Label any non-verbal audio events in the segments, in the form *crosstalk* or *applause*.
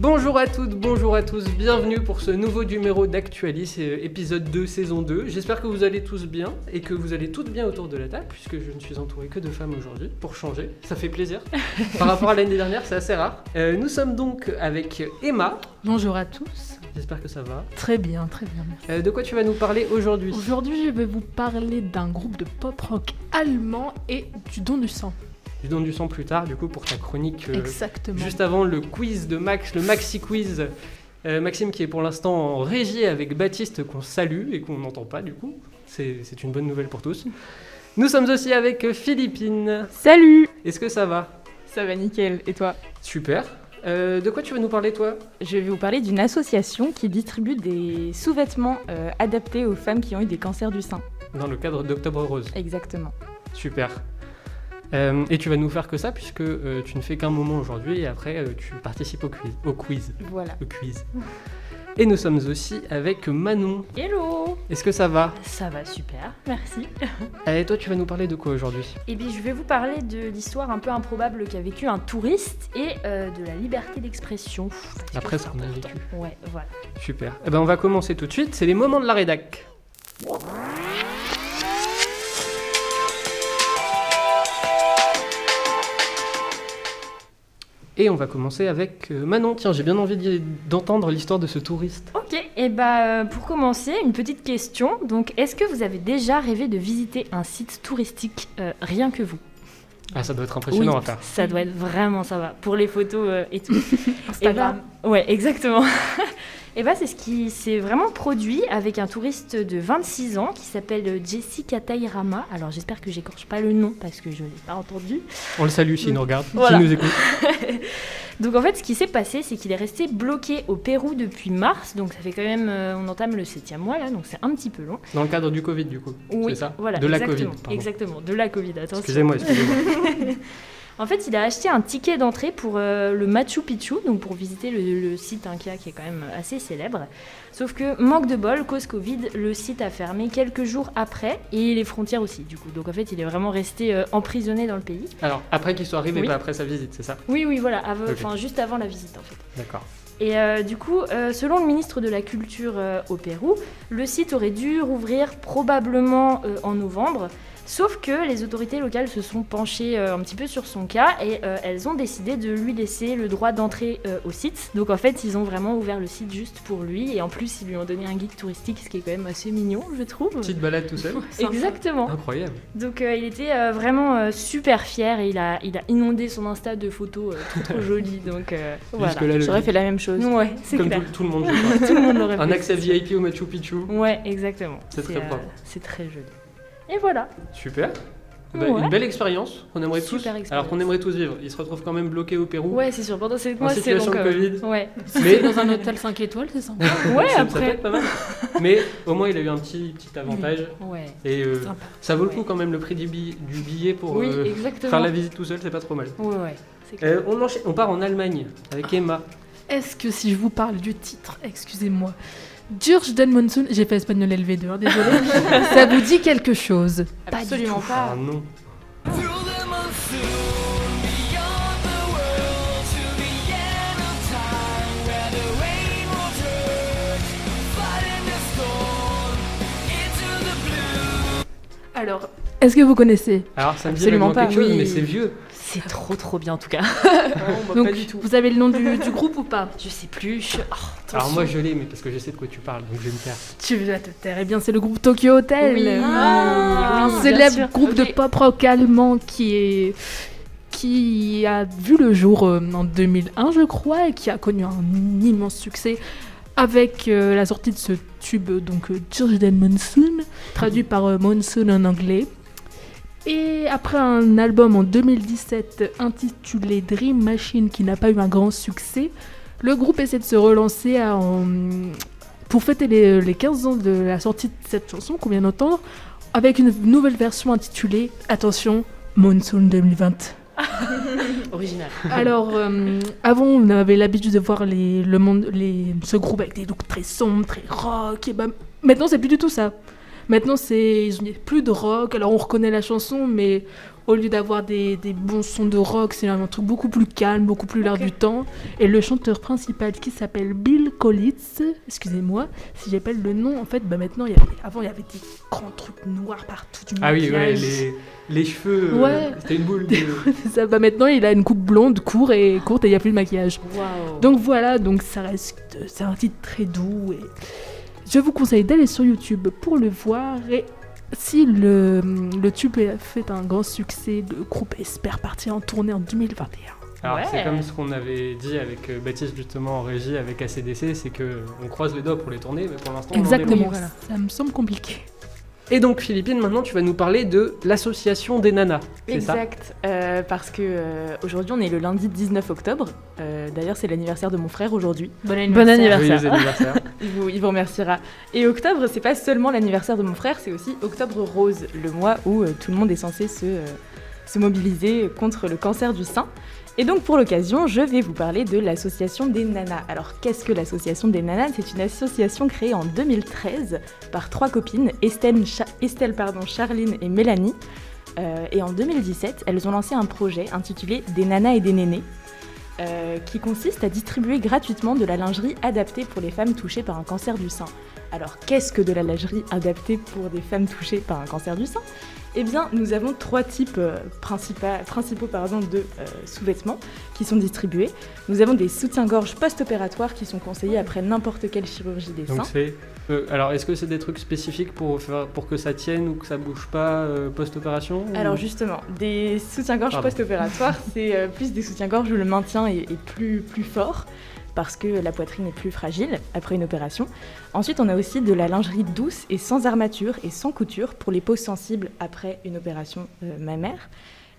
Bonjour à toutes, bonjour à tous, bienvenue pour ce nouveau numéro d'Actualis, euh, épisode 2, saison 2. J'espère que vous allez tous bien et que vous allez toutes bien autour de la table, puisque je ne suis entouré que de femmes aujourd'hui, pour changer, ça fait plaisir. Par rapport à l'année dernière, c'est assez rare. Euh, nous sommes donc avec Emma, Bonjour à tous. j'espère que ça va. Très bien, très bien, merci. Euh, de quoi tu vas nous parler aujourd'hui Aujourd'hui, je vais vous parler d'un groupe de pop rock allemand et du don du sang. Du don du sang plus tard, du coup, pour ta chronique euh, Exactement. Juste avant le quiz de Max, le maxi quiz. Euh, Maxime qui est pour l'instant en régie avec Baptiste qu'on salue et qu'on n'entend pas du coup. C'est c'est une bonne nouvelle pour tous. Nous sommes aussi avec Philippine. Salut Est-ce que ça va Ça va nickel, et toi Super. Euh, de quoi tu vas nous parler toi Je vais vous parler d'une association qui distribue des sous-vêtements euh, adaptés aux femmes qui ont eu des cancers du sein. Dans le cadre d'Octobre Rose. Exactement. Super. Euh, et tu vas nous faire que ça puisque euh, tu ne fais qu'un moment aujourd'hui et après euh, tu participes au quiz. Au quiz. Voilà. Au quiz. Et nous sommes aussi avec Manon. Hello Est-ce que ça va Ça va super, merci. Et toi tu vas nous parler de quoi aujourd'hui Et bien je vais vous parler de l'histoire un peu improbable qu'a vécu un touriste et euh, de la liberté d'expression. Parce La que presse hein. c'est qu'on a important. vécue. Ouais, voilà. Super. Eh ben, on va commencer tout de suite. C'est les moments de la rédac. Et on va commencer avec euh, Manon. Tiens, j'ai bien envie d'y- d'entendre l'histoire de ce touriste. Ok, et bah euh, pour commencer, une petite question. Donc est-ce que vous avez déjà rêvé de visiter un site touristique euh, rien que vous Ah, ça doit être impressionnant Oui, à faire. Ça doit être vraiment ça va. Pour les photos euh, et tout. Instagram. Eh ben, ouais, exactement. *laughs* Et bah c'est ce qui s'est vraiment produit avec un touriste de 26 ans qui s'appelle Jessica Tairama. Alors j'espère que j'écorche pas le nom parce que je l'ai pas entendu. On le salue s'il nous regarde, Voilà. s'il nous écoute. Donc en fait ce qui s'est passé c'est qu'il est resté bloqué au Pérou depuis mars. Donc ça fait quand même, euh, on entame le septième mois là, donc c'est un petit peu long. Dans le cadre du Covid, du coup. Oui, c'est ça voilà. De la exactement, Covid. pardon. Exactement, de la Covid, attention. Excusez-moi, *laughs* excusez-moi. En fait, il a acheté un ticket d'entrée pour euh, le Machu Picchu, donc pour visiter le, le site Inca qui est quand même assez célèbre. Sauf que manque de bol, cause Covid, le site a fermé quelques jours après et les frontières aussi, du coup. Donc en fait, il est vraiment resté euh, emprisonné dans le pays. Alors, après qu'il soit arrivé, Oui. pas après sa visite, c'est ça Oui, oui, voilà, av- Ok. enfin juste avant la visite en fait. D'accord. Et euh, du coup, euh, selon le ministre de la Culture euh, au Pérou, le site aurait dû rouvrir probablement euh, en novembre. Sauf que les autorités locales se sont penchées euh, un petit peu sur son cas et euh, elles ont décidé de lui laisser le droit d'entrée euh, au site. Donc en fait, ils ont vraiment ouvert le site juste pour lui et en plus, ils lui ont donné un guide touristique, ce qui est quand même assez mignon, je trouve. Petite balade tout seul. Exactement. Incroyable. Donc euh, il était euh, vraiment euh, super fier et il a, il a inondé son Insta de photos euh, *laughs* tout trop jolies. Donc euh, voilà. Jusque-là, le- J'aurais fait la même chose. Ouais, c'est Comme clair. tout, tout le monde. je crois. *laughs* Tout le monde l'aurait Un fait. accès VIP au Machu Picchu. Ouais, exactement. C'est très propre. c'est très joli. Et voilà. Super. Bah, Une Ouais. belle expérience qu'on aimerait tous. Super expérience. Alors qu'on aimerait tous vivre. Ils se retrouvent quand même bloqués au Pérou. Ouais, c'est sûr. Pendant cette mois, c'est euh, long. situation de quand même. Covid. Ouais. Mais *laughs* Dans *laughs* un hôtel 5 étoiles, c'est sympa. Ouais, ça- ça peut après. être pas mal. Mais au moins, il a eu un petit petit avantage Ouais. et euh, Sympa. ça vaut le coup Ouais. quand même le prix du billet, du billet pour oui, euh, exactement. faire la visite tout seul, c'est pas trop mal. Ouais, ouais. C'est clair. Euh, on, enchaîne- on part en Allemagne avec Emma. Est-ce que si je vous parle du titre, excusez-moi, George Den Monsoon, j'ai fait espagnol élevé dehors, hein, désolé, *laughs* ça vous dit quelque chose Pas du Absolument Ah pas. non. Alors, est-ce que vous connaissez Alors ça me dit Absolument vaguement pas, quelque chose, oui. mais c'est vieux. C'est trop, trop bien *laughs* en tout cas. Ah, Donc, vous avez le nom Oh, du, du groupe ou pas Je sais plus. je- Oh, Alors moi je l'ai, mais parce que je sais de quoi tu parles, donc je vais me faire. Tu vas te taire. Eh bien, c'est le groupe Tokyo Hotel. Oui. Ah, un oui, bien célèbre sûr. groupe de Ok. pop rock allemand qui est qui a vu le jour euh, en 2001, je crois, et qui a connu un immense succès avec euh, la sortie de ce tube, donc euh, George Den Monsoon, traduit par euh, Monsoon en anglais. Et après un album en 2017 intitulé Dream Machine qui n'a pas eu un grand succès, le groupe essaie de se relancer à- en, pour fêter les, les 15 ans de la sortie de cette chanson qu'on vient d'entendre avec une nouvelle version intitulée Attention, Monsoon 2020. Original. Alors, euh, avant, on avait l'habitude de voir les, le monde, les, ce groupe avec des looks très sombres, très rock. Et bah, maintenant, c'est plus du tout ça. Maintenant, c'est ils ont- plus de rock. Alors, on reconnaît la chanson, mais au lieu d'avoir des, des bons sons de rock, c'est un truc beaucoup plus calme, beaucoup plus l'air Ok. du temps. Et le chanteur principal, qui s'appelle Bill Collins, excusez-moi, si j'appelle le nom, en fait, bah, maintenant, il y avait- avant, il y avait des grands trucs noirs partout du Ah oui, ouais, maquillage. les, les cheveux. euh, Ouais. C'était une *laughs* boule. de- Ça, bah, maintenant, il a une coupe blonde, courte et courte, et il n'y a plus de maquillage. Waouh. Donc voilà, donc ça reste, c'est un titre très doux et je vous conseille d'aller sur YouTube pour le voir et si le, le tube a fait un grand succès, le groupe espère partir en tournée en 2021. Alors, Ouais. c'est comme ce qu'on avait dit avec euh, Baptiste, justement, en régie, avec ACDC c'est que euh, on croise les doigts pour les tourner, mais pour l'instant, on en est loin. Exactement, ça me semble compliqué. Et donc, Philippine, maintenant, tu vas nous parler de l'association des nanas. C'est ça Exact, euh, parce que euh, aujourd'hui on est le lundi 19 octobre. Euh, D'ailleurs, c'est l'anniversaire de mon frère aujourd'hui. Bon anniversaire. Joyeux *laughs* anniversaire. Il vous, il vous remerciera. Et octobre, c'est pas seulement l'anniversaire de mon frère, c'est aussi Octobre Rose, le mois où euh, tout le monde est censé se, euh, se mobiliser contre le cancer du sein. Et donc pour l'occasion, je vais vous parler de l'association des nanas. Alors qu'est-ce que l'association des nanas C'est une association créée en 2013 par trois copines, Estelle, Cha- Estelle, pardon, Charline et Mélanie. Euh, et en 2017, elles ont lancé un projet intitulé Des nanas et des nénés euh, qui consiste à distribuer gratuitement de la lingerie adaptée pour les femmes touchées par un cancer du sein. Alors qu'est-ce que de la lingerie adaptée pour des femmes touchées par un cancer du sein Eh bien, nous avons trois types euh, principa- principaux pardon, de euh, sous-vêtements qui sont distribués. Nous avons des soutiens-gorge post-opératoires qui sont conseillés après n'importe quelle chirurgie des seins. Donc c'est. euh, alors est-ce que c'est des trucs spécifiques pour faire pour que ça tienne ou que ça bouge pas euh, post-opération ou- Alors justement, des soutiens-gorge Mm. Pardon. *laughs* post-opératoires, c'est euh, plus des soutiens-gorge où le maintien est, est plus, plus fort parce que la poitrine est plus fragile après une opération. Ensuite, on a aussi de la lingerie douce et sans armature et sans couture pour les peaux sensibles après une opération euh, mammaire.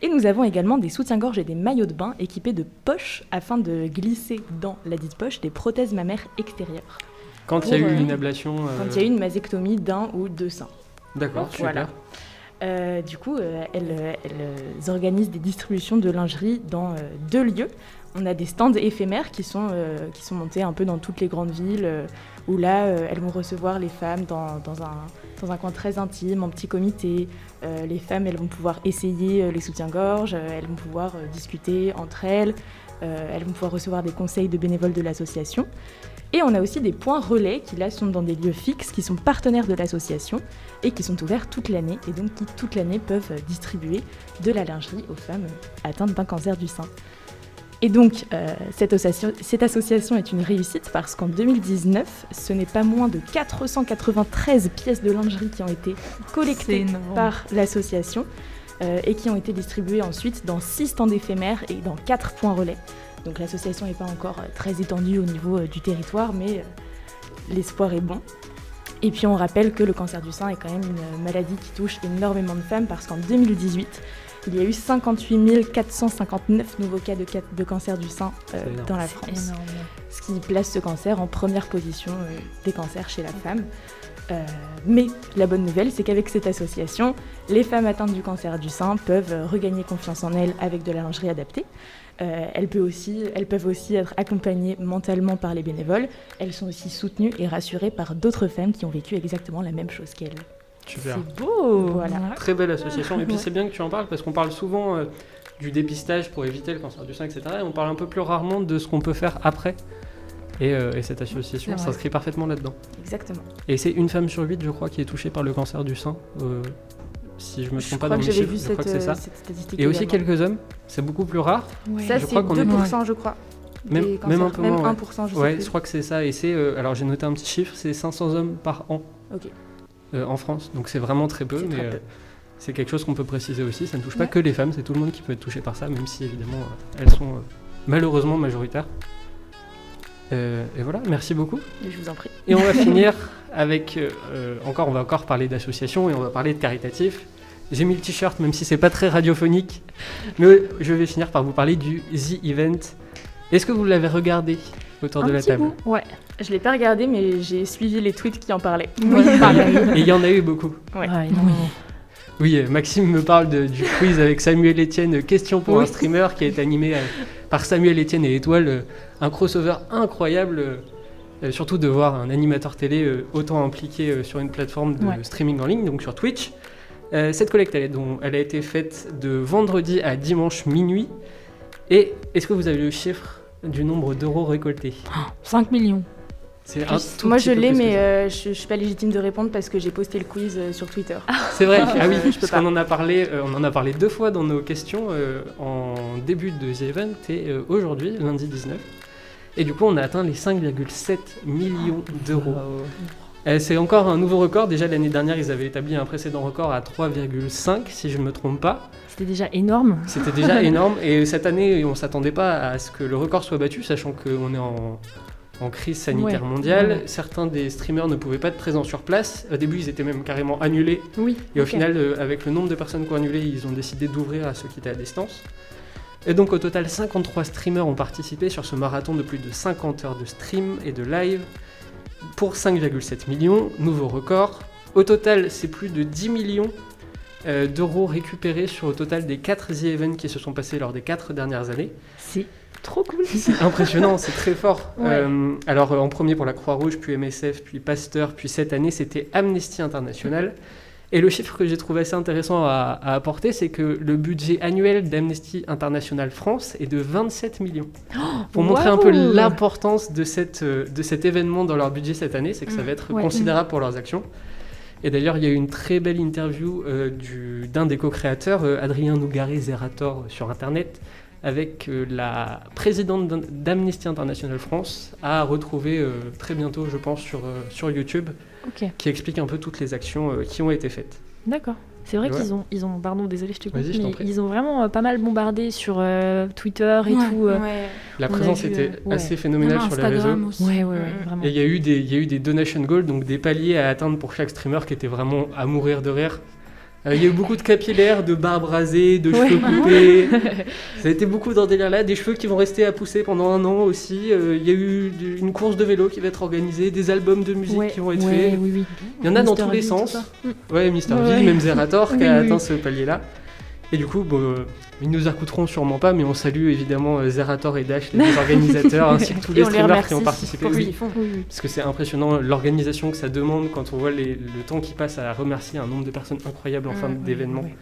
Et nous avons également des soutiens-gorge et des maillots de bain équipés de poches afin de glisser dans la dite poche des prothèses mammaires extérieures quand il y a pour, eu euh, une ablation. quand euh, il y a une mastectomie d'un ou deux seins. D'accord, super. Voilà. Euh, du coup, euh, elles, euh, elles organisent des distributions de lingerie dans euh, deux lieux. On a des stands éphémères qui sont, euh, qui sont montés un peu dans toutes les grandes villes, euh, où là, euh, elles vont recevoir les femmes dans, dans un, dans un coin très intime, en petit comité. Euh, les femmes, elles vont pouvoir essayer euh, les soutiens-gorge, euh, elles vont pouvoir euh, discuter entre elles, euh, elles vont pouvoir recevoir des conseils de bénévoles de l'association. Et on a aussi des points relais qui, là, sont dans des lieux fixes, qui sont partenaires de l'association et qui sont ouverts toute l'année et donc qui toute l'année peuvent euh, distribuer de la lingerie aux femmes euh, atteintes d'un cancer du sein. Et donc euh, cette, association, cette association est une réussite parce qu'en 2019, ce n'est pas moins de 493 pièces de lingerie qui ont été collectées C'est énorme. par l'association euh, et qui ont été distribuées ensuite dans 6 stands éphémères et dans 4 points relais. Donc l'association n'est pas encore euh, très étendue au niveau euh, du territoire, mais euh, l'espoir est bon. Et puis on rappelle que le cancer du sein est quand même une euh, maladie qui touche énormément de femmes parce qu'en 2018, il y a eu 58 459 nouveaux cas de, ca- de cancer du sein euh, C'est énorme. dans la C'est France énorme. ce qui place ce cancer en première position euh, des cancers chez la femme. Euh, mais la bonne nouvelle, c'est qu'avec cette association, les femmes atteintes du cancer du sein peuvent euh, regagner confiance en elles avec de la lingerie adaptée. Euh, elles, peuvent aussi, elles peuvent aussi être accompagnées mentalement par les bénévoles. Elles sont aussi soutenues et rassurées par d'autres femmes qui ont vécu exactement la même chose qu'elles. Super. Oh. beau. Voilà. Très belle association. Et puis Ouais. c'est bien que tu en parles parce qu'on parle souvent euh, du dépistage pour éviter le cancer du sein, etc. Et on parle un peu plus rarement de ce qu'on peut faire après. Et, euh, et cette association C'est vrai. s'inscrit parfaitement là-dedans. Exactement. Et c'est une femme sur huit, je crois, qui est touchée par le cancer du sein. euh, si je me trompe Je pas crois dans que mes j'avais chiffres, vu je crois cette, que c'est ça. euh, cette statistique. Et aussi également. quelques hommes. C'est beaucoup plus rare. Ça, Je c'est crois qu'on est- 2%, je crois. Même- des même un cancers. peu Même moins. ouais. 1%, je sais Ouais, plus. je crois que c'est ça. Et c'est, euh, alors j'ai noté un petit chiffre, c'est 500 hommes par an Ok. euh, en France. Donc c'est vraiment très peu, C'est mais très euh, peu. c'est quelque chose qu'on peut préciser aussi. Ça ne touche pas Ouais. que les femmes, c'est tout le monde qui peut être touché par ça, même si évidemment euh, elles sont euh, malheureusement majoritaires. Euh, et voilà, merci beaucoup. Mais Je vous en prie. Et on va finir avec euh, euh, encore, on va encore parler d'associations et on va parler de caritatif. J'ai mis le t-shirt, même si c'est pas très radiophonique, mais je vais finir par vous parler du The Event. Est-ce que vous l'avez regardé autour Un de la petit table bout. Ouais. Je l'ai pas regardé, mais j'ai suivi les tweets qui en parlaient. *laughs* Oui. Et il y en a eu beaucoup. Ouais. Ouais, Oui. Oui, euh, Maxime me parle de- du quiz avec Samuel Etienne, euh, question pour Oui. un streamer qui est animé euh, par Samuel Etienne et Étoile, euh, un crossover incroyable. euh, euh, surtout de voir un animateur télé euh, autant impliqué euh, sur une plateforme de Ouais. streaming en ligne, donc sur Twitch. Euh, cette collecte, elle, est donc- elle a été faite de vendredi à dimanche minuit. Et est-ce que vous avez le chiffre du nombre d'euros récoltés 5 millions. C'est un tout Moi, petit je peu l'ai, plus que mais ça. euh, je, je suis pas légitime de répondre parce que j'ai posté le quiz euh, sur Twitter. C'est vrai, ah oui, je peux parce pas. qu'on en a parlé, euh, on en a parlé deux fois dans nos questions euh, en début de The Event et euh, aujourd'hui, lundi 19. Et du coup, on a atteint les 5,7 millions d'euros. Euh, c'est encore un nouveau record. Déjà l'année dernière, ils avaient établi un précédent record à 3,5 si je ne me trompe pas. C'était déjà énorme. C'était *laughs* déjà énorme. Et euh, cette année, on s'attendait pas à ce que le record soit battu, sachant qu'on est en, en crise sanitaire mondiale. Ouais. Certains des streamers ne pouvaient pas être présents sur place. Au début, ils étaient même carrément annulés Oui. et au Ok. final, euh, avec le nombre de personnes qui ont annulé, ils ont décidé d'ouvrir à ceux qui étaient à distance. Et donc au total, 53 streamers ont participé sur ce marathon de plus de 50 heures de stream et de live pour 5,7 millions, nouveau record. Au total, c'est plus de 10 millions euh, d'euros récupérés sur au total des 4 The Event qui se sont passés lors des 4 dernières années. C'est trop cool. C'est impressionnant, c'est très fort. Ouais. Euh, alors euh, en premier pour la Croix-Rouge, puis MSF, puis Pasteur, puis cette année c'était Amnesty International. Et le chiffre que j'ai trouvé assez intéressant à, à apporter, c'est que le budget annuel d'Amnesty International France est de 27 millions. Pour montrer un peu Oh, waouh l'importance de, cette, euh, de cet événement dans leur budget cette année, c'est que ça va être Mm. ouais. considérable pour leurs actions. Et d'ailleurs, il y a eu une très belle interview euh, du- d'un des co-créateurs, euh, Adrien Nougaret-Zerator, euh, sur Internet, avec euh, la présidente d'Am- d'Amnesty International France, à retrouver euh, très bientôt, je pense, sur, euh, sur YouTube, Ok. qui explique un peu toutes les actions euh, qui ont été faites. D'accord. C'est vrai Ouais. qu'ils ont, ils ont, pardon, désolé, je te coupe, Vas-y, je t'en mais prie. ils ont vraiment euh, pas mal bombardé sur euh, Twitter et tout. euh. La On a présence vu, était euh, ouais. assez phénoménale Non, sur les réseaux. Instagram aussi. Ouais, ouais, ouais, Mm. vraiment. Et il y, a eu des, il y a eu des donation goals, donc des paliers à atteindre pour chaque streamer qui était vraiment à mourir de rire. Euh, Il y a eu beaucoup de capillaires, de barres rasées, de Ouais. *laughs* cheveux coupés. Ça a été beaucoup dans délire là, des cheveux qui vont rester à pousser pendant un an aussi. Euh, Il y a eu du- une course de vélo qui va être organisée, des albums de musique Ouais, qui vont être ouais, faits. oui, oui. Il y en a dans Mr. tous les V, sens. tout ça. Ouais, Mister Ouais. V, même Zerator qui a *laughs* Oui, oui. atteint ce palier-là. Et du coup, bon, euh, ils nous écouteront sûrement pas, mais on salue évidemment euh, Zerator et Dash, *laughs* les deux organisateurs, ainsi que tous les Et on les streamers qui remercie ont participé. Pour ce Oui. qu'ils font. Oui, oui. Parce que c'est impressionnant l'organisation que ça demande quand on voit les- le temps qui passe à remercier un nombre de personnes incroyables Ah en fin Ouais, ouais, d'événement. ouais.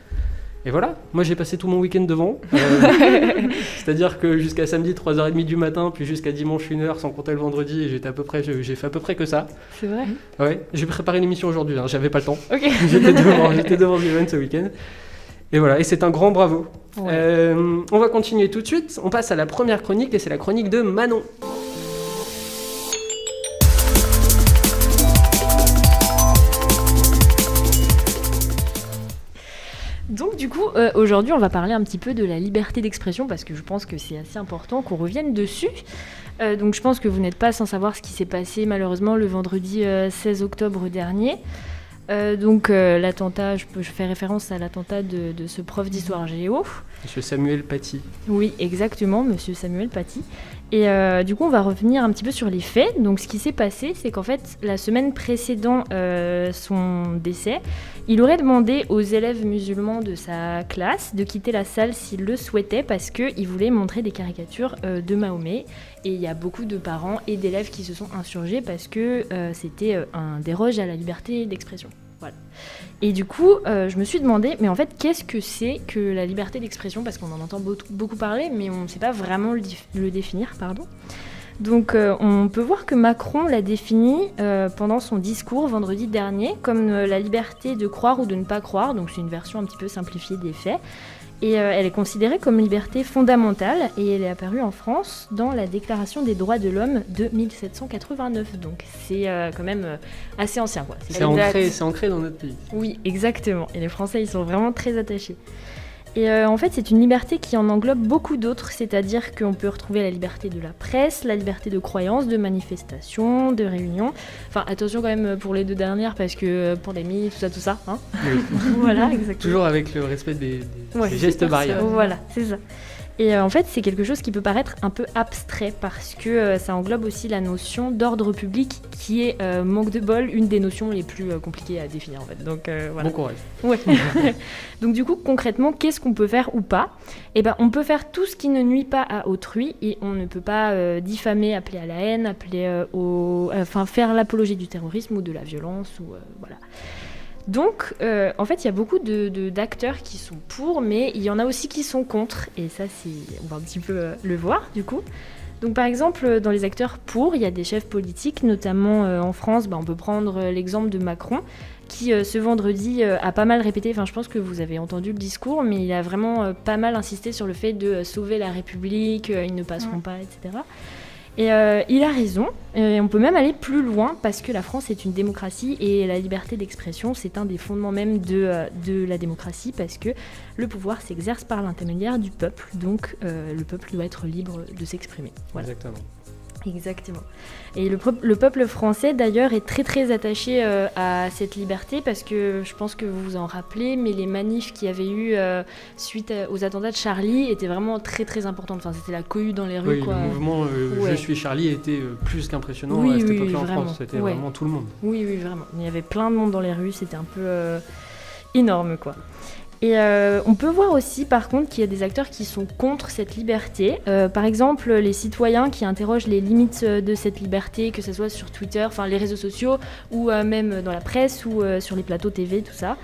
Et voilà, moi j'ai passé tout mon week-end *laughs* devant. *laughs* Euh, C'est-à-dire que jusqu'à samedi 3h30 du matin, puis jusqu'à dimanche 1h, sans compter le vendredi, et j'étais à peu près, j'ai j'ai fait à peu près que ça. C'est vrai. Ouais, j'ai préparé l'émission aujourd'hui, hein, j'avais pas le temps. Ok. *laughs* j'étais devant, j'étais devant Vivian ce week-end. Et voilà, et c'est un grand bravo. *laughs* Ouais. Euh, on va continuer tout de suite. On passe à la première chronique et c'est la chronique de Manon. Donc du coup, euh, aujourd'hui, on va parler un petit peu de la liberté d'expression parce que je pense que c'est assez important qu'on revienne dessus. Euh, donc je pense que vous n'êtes pas sans savoir ce qui s'est passé malheureusement le vendredi euh, 16 octobre dernier. Euh, donc euh, l'attentat, je, peux, je fais référence à l'attentat de, de ce prof d'histoire géo. Monsieur Samuel Paty. Oui, exactement, monsieur Samuel Paty. Et euh, du coup, on va revenir un petit peu sur les faits. Donc, ce qui s'est passé, c'est qu'en fait, la semaine précédant euh, son décès, il aurait demandé aux élèves musulmans de sa classe de quitter la salle s'ils le souhaitaient parce qu'il voulait montrer des caricatures euh, de Mahomet. Et il y a beaucoup de parents et d'élèves qui se sont insurgés parce que euh, c'était euh, un déroge à la liberté d'expression. Voilà. Et du coup, euh, je me suis demandé, mais en fait, qu'est-ce que c'est que la liberté d'expression Parce qu'on en entend beau- beaucoup parler, mais on ne sait pas vraiment le, dif- le définir, pardon. Donc, euh, on peut voir que Macron l'a définie euh, pendant son discours vendredi dernier comme euh, la liberté de croire ou de ne pas croire. Donc, c'est une version un petit peu simplifiée des faits. Et euh, elle est considérée comme liberté fondamentale et elle est apparue en France dans la Déclaration des droits de l'homme de 1789. Donc, c'est euh, quand même euh, assez ancien, quoi. C'est Elle ancré, date. c'est ancré dans notre pays. Oui, exactement. Et les Français, ils sont vraiment très attachés. Et euh, en fait, c'est une liberté qui en englobe beaucoup d'autres, c'est-à-dire qu'on peut retrouver la liberté de la presse, la liberté de croyance, de manifestation, de réunion. Enfin, attention quand même euh, pour les deux dernières, parce que euh, pandémie, tout ça, tout ça. hein. *laughs* Oui. *laughs* voilà, exactement. Toujours avec le respect des, des- Ouais, des gestes barrières. Voilà, c'est ça. Et euh, en fait, c'est quelque chose qui peut paraître un peu abstrait parce que euh, ça englobe aussi la notion d'ordre public qui est, euh, manque de bol, une des notions les plus euh, compliquées à définir en fait. Donc euh, voilà. Bon courage. Ouais. *laughs* Donc du coup, concrètement, qu'est-ce qu'on peut faire ou pas Eh ben, on peut faire tout ce qui ne nuit pas à autrui et on ne peut pas euh, diffamer, appeler à la haine, appeler euh, au, euh, enfin faire l'apologie du terrorisme ou de la violence ou euh, voilà. Donc, euh, en fait, il y a beaucoup de- de- d'acteurs qui sont pour, mais il y en a aussi qui sont contre. Et ça, c'est- on va un petit peu euh, le voir, du coup. Donc, par exemple, euh, dans les acteurs pour, il y a des chefs politiques, notamment euh, en France, bah, on peut prendre euh, l'exemple de Macron, qui euh, ce vendredi euh, a pas mal répété, enfin je pense que vous avez entendu le discours, mais il a vraiment euh, pas mal insisté sur le fait de euh, sauver la République, euh, ils ne passeront pas, etc. Et euh, il a raison, et on peut même aller plus loin parce que la France est une démocratie et la liberté d'expression, c'est un des fondements même de, euh, de la démocratie parce que le pouvoir s'exerce par l'intermédiaire du peuple, donc euh, le peuple doit être libre de s'exprimer. Voilà. Exactement. Exactement. Et le, pro- le peuple français, d'ailleurs, est très très attaché euh, à cette liberté parce que je pense que vous vous en rappelez, mais les manifs qu'il y avait eu euh, suite à- aux attentats de Charlie étaient vraiment très très importantes. Enfin, c'était la cohue dans les rues, Oui, quoi. le mouvement euh, Ouais. Je suis Charlie était euh, plus qu'impressionnant Oui, à cette oui, époque-là en vraiment. France. C'était Ouais. vraiment tout le monde. Oui, oui, vraiment. Il y avait plein de monde dans les rues, c'était un peu euh, énorme, quoi. Et euh, on peut voir aussi, par contre, qu'il y a des acteurs qui sont contre cette liberté. Euh, par exemple, les citoyens qui interrogent les limites euh, de cette liberté, que ce soit sur Twitter, enfin les réseaux sociaux, ou euh, même dans la presse, ou euh, sur les plateaux TV, tout ça.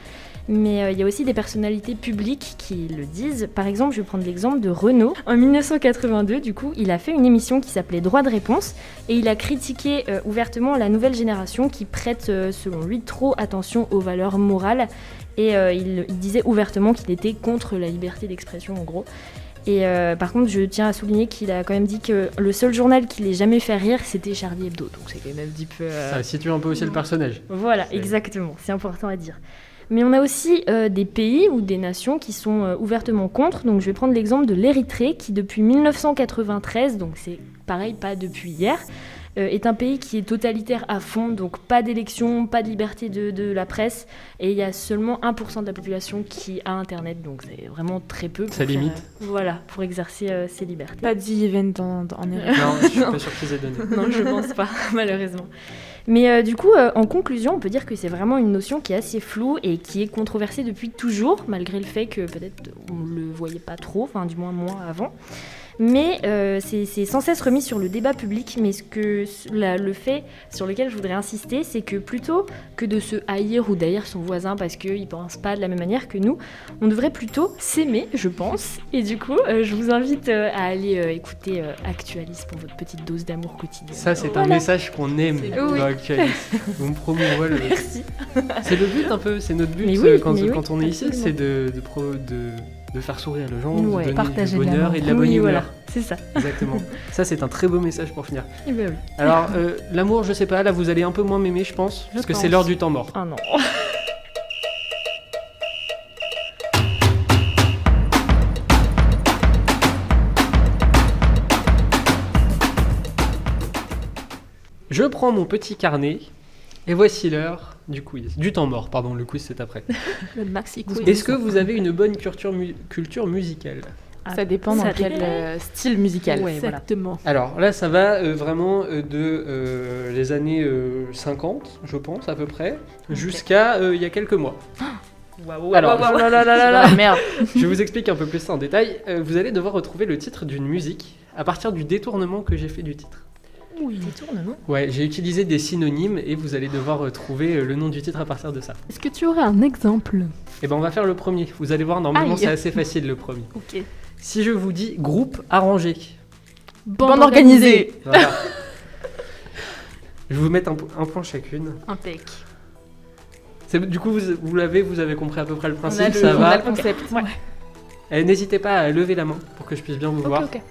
Mais euh, il y a aussi des personnalités publiques qui le disent. Par exemple, je vais prendre l'exemple de Renaud. En 1982, du coup, il a fait une émission qui s'appelait Droit de réponse et il a critiqué euh, ouvertement la nouvelle génération qui prête, euh, selon lui, trop attention aux valeurs morales. Et euh, il, il disait ouvertement qu'il était contre la liberté d'expression, en gros. Et euh, par contre, je tiens à souligner qu'il a quand même dit que le seul journal qui l'ait jamais fait rire, c'était Charlie Hebdo. Donc c'est quand même un petit peu. euh, Ça situe un peu aussi le personnage. voilà, C'est- exactement, c'est important à dire. Mais on a aussi euh, des pays ou des nations qui sont euh, ouvertement contre. Donc je vais prendre l'exemple de l'Érythrée qui depuis 1993, donc c'est pareil pas depuis hier, euh, est un pays qui est totalitaire à fond, donc pas d'élection, pas de liberté de, de la presse, et il y a seulement 1% de la population qui a Internet, donc c'est vraiment très peu. pour Ça faire- *laughs* limite. Voilà, pour exercer euh, ses libertés. Pas d'e-event en, en Europe. Non, je suis pas sûr qu'ils aient donné. *laughs* Non, je pense pas, malheureusement. Mais euh, du coup, euh, en conclusion, on peut dire que c'est vraiment une notion qui est assez floue et qui est controversée depuis toujours, malgré le fait que peut-être on le voyait pas trop, enfin du moins moi avant. Mais euh, c'est c'est sans cesse remis sur le débat public. Mais ce que la- le fait sur lequel je voudrais insister, c'est que plutôt que de se haïr ou d'haïr son voisin parce qu'il pense pas de la même manière que nous, on devrait plutôt s'aimer, je pense. Et du coup, euh, je vous invite euh, à aller euh, écouter euh, Actualis pour votre petite dose d'amour quotidien. Ça, c'est un Voilà. message qu'on aime C'est beau. dans Actualis. Vous me promouvez le. Merci. C'est le but un peu, c'est notre but Mais oui, euh, quand, mais oui, quand on est ici, absolument. c'est de, de, pro- de- de faire sourire les gens, Ouais, de donner partager du de bonheur l'amour. et de la bonne oui, humeur. voilà, c'est ça. *laughs* Exactement. Ça, c'est un très beau message pour finir. Eh ben oui. Alors, euh, l'amour, je sais pas, là, vous allez un peu moins m'aimer, je pense, parce que c'est pense. l'heure du temps mort. Ah non. Je prends mon petit carnet et voici l'heure du quiz. Du temps mort, pardon, le quiz c'est après. Le maxi quiz. Est-ce que vous avez une bonne culture, mu- culture musicale Ah, Ça dépend Ça dans quel dépend. euh, style musical. Ouais, voilà. Exactement. Alors là, ça va euh, vraiment euh, de euh, les années euh, 50, je pense, à peu près, jusqu'à euh, il y a quelques mois. Alors, Oh là là là là Ah, là, merde. *laughs* Je vous explique un peu plus ça en détail. Euh, vous allez devoir retrouver le titre d'une musique à partir du détournement que j'ai fait du titre. Oui. Détournement. Ouais, j'ai utilisé des synonymes et vous allez devoir retrouver euh, le nom du titre à partir de ça. Est-ce que tu aurais un exemple Et ben on va faire le premier. Vous allez voir, normalement Aïe. c'est assez facile le *laughs* premier. Ok. Si je vous dis groupe arrangé, Bande, Bande organisée. voilà. je vous mets un, po- un point chacune. Impec. C'est- Du coup, vous, vous l'avez, vous avez compris à peu près le On principe, a le, ça on va. a *laughs* le concept. Eh, N'hésitez pas à lever la main pour que je puisse bien vous voir. ok.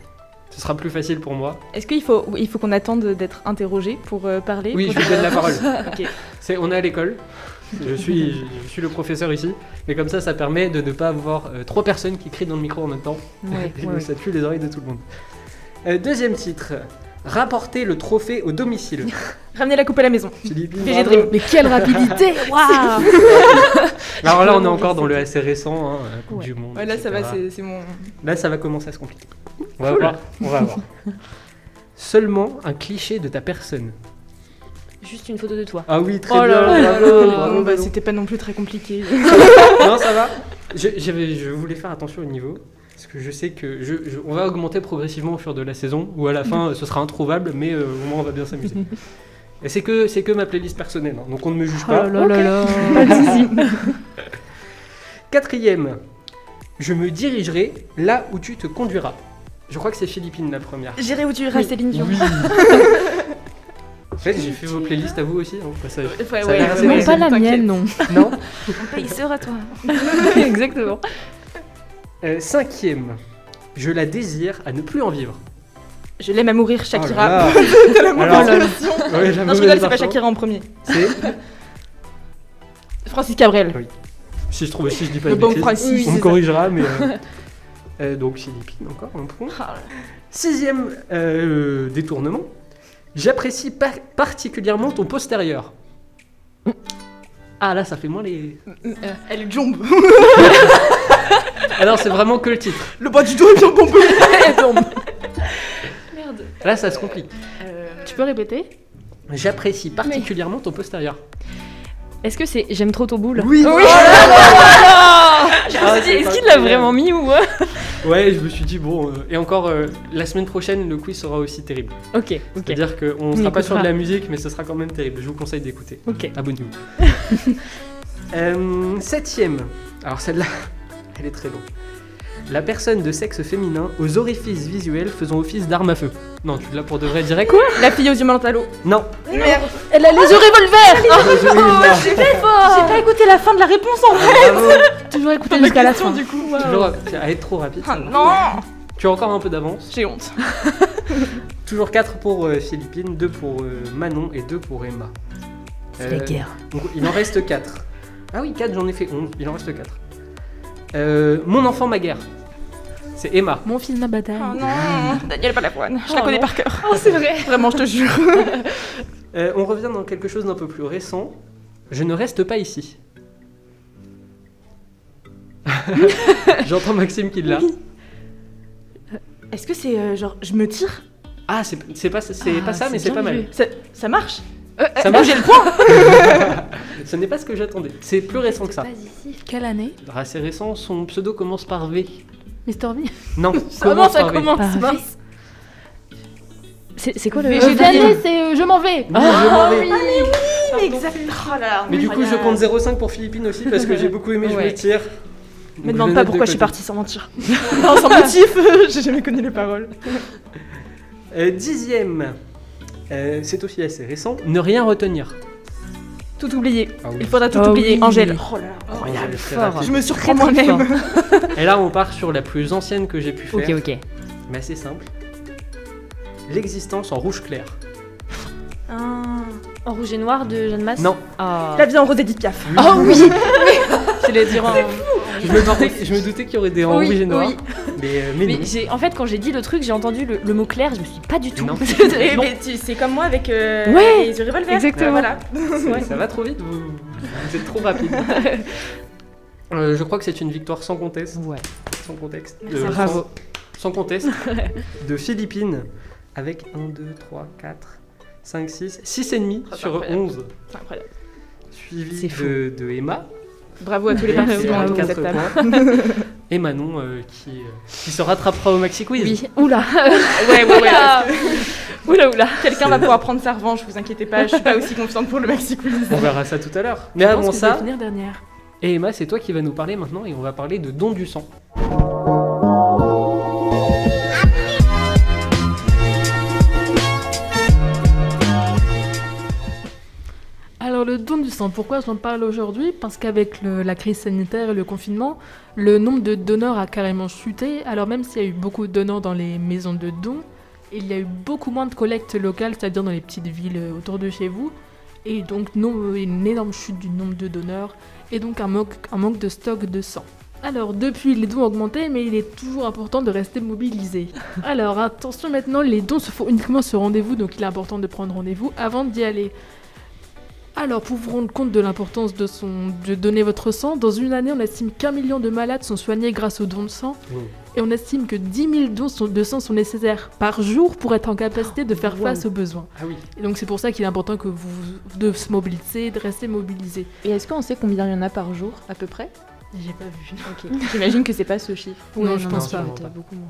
Ce sera plus facile pour moi. Est-ce qu'il faut, il faut qu'on attende d'être interrogé pour euh, parler Oui, pour je vous dire- donne la parole. Ok. C'est, on est à l'école. Je suis, je, je suis le professeur ici. Mais comme ça, ça permet de ne pas avoir euh, trois personnes qui crient dans le micro en même temps. Ouais, *laughs* Et ouais, donc, ça tue les oreilles de tout le monde. Euh, deuxième titre. Rapporter le trophée au domicile. Ramenez la coupe à la maison. J'ai dit, VG bravo. Dream. Mais quelle *laughs* rapidité *laughs* Waouh Alors là, on est encore dans le assez récent, hein, la Coupe Ouais. du Monde. Ouais, là, ça etc. va, c'est c'est mon. Là, ça va commencer à se compliquer. On va voir. On va voir. Seulement un cliché de ta personne. Juste une photo de toi. Ah oui, très Oh là bien. là là bravo, là. bravo, Bon, bah, bravo. c'était pas non plus très compliqué. non, ça va. Je, j'avais- je voulais faire attention au niveau. Parce que je sais que je, je- on va augmenter progressivement au fur de la saison, ou à la fin euh, ce sera introuvable, mais euh, au moins on va bien s'amuser. Et c'est que c'est que ma playlist personnelle, hein, donc on ne me juge Oh là pas. là là là Quatrième, je me dirigerai là où tu te conduiras. Je crois que c'est Philippine la première. J'irai où *laughs* tu iras, Oui. Céline Dion. En fait, j'ai fait vos playlists à vous aussi, hein, au passage. Ouais, ouais, a ouais, l'air assez ouais, vrai. Non, pas la t'inquiète. mienne, *laughs* non. Non Il sera toi. Exactement. Euh, Cinquième, je la désire à ne plus en vivre. Je l'aime à mourir, Shakira. *laughs* Oh là là. T'as la mauvaise Alors- version. Ouais, la Non, je mauvaise rigole, c'est pas version. Shakira en premier. C'est *laughs* Francis Cabrel. Si je trouve, si je dis pas Le de bon bêtises, principe. Oui, on c'est me ça. corrigera, mais. *laughs* euh, euh, donc Philippine encore un point. Ah Sixième euh, détournement. J'apprécie par- particulièrement ton postérieur. Ah là, ça fait moins les. Euh, Elle jombe. *laughs* Alors Ah c'est vraiment que le titre. Le bas du dos est bien bombé. Elle jombe. Merde. *laughs* Là, ça se complique. Tu peux répéter J'apprécie particulièrement ton postérieur. Est-ce que c'est J'aime trop ton boule Oui. Oh *laughs* Je me Ah, suis dit, c'est est-ce pas qu'il l'a possible. vraiment mis ou Ouais, je me suis dit bon. euh, et encore, euh, la semaine prochaine, le quiz sera aussi terrible. Ok, ok, C'est-à-dire qu'on On sera pas écoutera. sur de la musique, mais ce sera quand même terrible. Je vous conseille d'écouter. ok. Abonnez-vous. *laughs* Euh, septième. Alors celle-là, *laughs* elle est très longue. La personne de sexe féminin aux orifices visuels faisant office d'arme à feu. Non, tu l'as pour de vrai direct. La fille aux yeux mentalo. *laughs* Non. Merde. Elle a les yeux revolver Je l'ai là. J'ai pas écouté la fin de la réponse en vrai. Ah, Bravo. Toujours écouter jusqu'à la fin. du coup. euh, Toujours, elle est trop rapide. Ah, celle-là. non. Tu as encore un peu d'avance. J'ai honte. *laughs* Toujours 4 pour euh, Philippine, 2 pour euh, Manon et 2 pour Emma. C'est la Euh, guerre. donc il en reste 4. Ah oui, 4, j'en ai fait 11. Il en reste 4. mon enfant, ma guerre. C'est Emma. Mon film, ma bataille. Oh non, Daniel Balavoine, je la Oh connais non. par cœur. Oh, c'est vrai Vraiment, je te jure. Euh, on revient dans quelque chose d'un peu plus récent. Je ne reste pas ici. *laughs* J'entends Maxime qui l'a. Est-ce que c'est euh, genre, je me tire Ah, c'est c'est pas, c'est Ah, pas ça, c'est mais c'est bien pas mal. vu. ça, ça marche Ça Moi, marche. j'ai le point *laughs* Ce n'est pas ce que j'attendais. C'est plus récent que ça. Pas ici. Quelle année Assez récent, son pseudo commence par V. Mister V Non, Comment ça par V. commence Parfait. mince. C'est c'est quoi le. Mais Euh, j'ai Quelle dit- année c'est euh, Je m'en vais Ah, je m'en vais. mais exactement. Oh là là, Mais du coup, je incroyable. compte 0,5 pour Philippine aussi parce que j'ai beaucoup aimé, je Ouais. me tire. Me Donc, demande je pas note de pourquoi je suis côté. partie sans mentir. non, sans motif, j'ai jamais connu les paroles. Euh, dixième, Euh, c'est aussi assez récent. Ne rien retenir. Tout oublié. Ah oui. Il faudra tout Ah oublier. oui. Angèle. Oh là là. Angèle, très fort. rapide. Je me surprends Très, très moi-même. Et là, on part sur la plus ancienne que j'ai pu faire. Ok, ok. Mais assez simple. L'existence en rouge clair. En rouge et noir de Jeanne Masse Non. Ah. La vie en rose d'Edith Piaf. Oh oui Je l'ai dit en... Je me doutais, je me doutais qu'il y aurait des en Oui, rouge et noir. oui. Mais, euh, mais Mais non. j'ai- en fait, quand j'ai dit le truc, j'ai entendu le, le mot clair, je me suis dit, pas du tout. *laughs* Non. Eh, Non. mais tu- c'est comme moi avec euh, Ouais. les yeux revolver. Exactement. Voilà. C'est- Ça va trop vite, vous, vous êtes trop rapide. Euh, je crois que c'est une victoire sans conteste. Ouais. Sans contexte. Merci. euh, Bravo. Sans, sans conteste. de Philippines. Avec 1, 2, 3, 4, 5, 6. 6 ennemis Oh, sur incroyable. 11. C'est incroyable. Suivi C'est fou. de, de Emma. Bravo à tous *laughs* les Emma qui participants a autour de quatre cette table. points. *laughs* Et Manon euh, qui, euh, qui se rattrapera au Maxi Quiz. Oui. Oula. Ouais, ouais, ouais. *laughs* Oula. Oula, oula. Quelqu'un va pouvoir prendre sa revanche, vous inquiétez pas, je suis pas aussi confiante pour le maxi quiz. On verra ça tout à l'heure. Mais avant Ah ça, finir dernière. et Emma, c'est toi qui vas nous parler maintenant et on va parler de don du sang. Alors le don du sang, pourquoi j'en parle aujourd'hui Parce qu'avec le- la crise sanitaire et le confinement, le nombre de donneurs a carrément chuté. Alors même s'il y a eu beaucoup de donneurs dans les maisons de dons, il y a eu beaucoup moins de collectes locales, c'est-à-dire dans les petites villes euh, autour de chez vous. Et donc non, une énorme chute du nombre de donneurs et donc un manque, un manque de stock de sang. Alors, depuis, les dons ont augmenté, mais il est toujours important de rester mobilisé. Alors, attention maintenant, les dons se font uniquement sur rendez-vous, donc il est important de prendre rendez-vous avant d'y aller. Alors, pour vous rendre compte de l'importance de, son- de donner votre sang, dans une année, on estime qu'un million de malades sont soignés grâce aux dons de sang, Wow. et on estime que 10 000 dons sont- de sang sont nécessaires par jour pour être en capacité de faire Wow. face aux besoins. Ah oui. Et donc, c'est pour ça qu'il est important que vous de se mobiliser, de rester mobilisé. Et est-ce qu'on sait combien il y en a par jour, à peu près J'ai pas vu. J'imagine que c'est pas ce chiffre. Ouais, non, non, sûrement peut-être pas. beaucoup moins.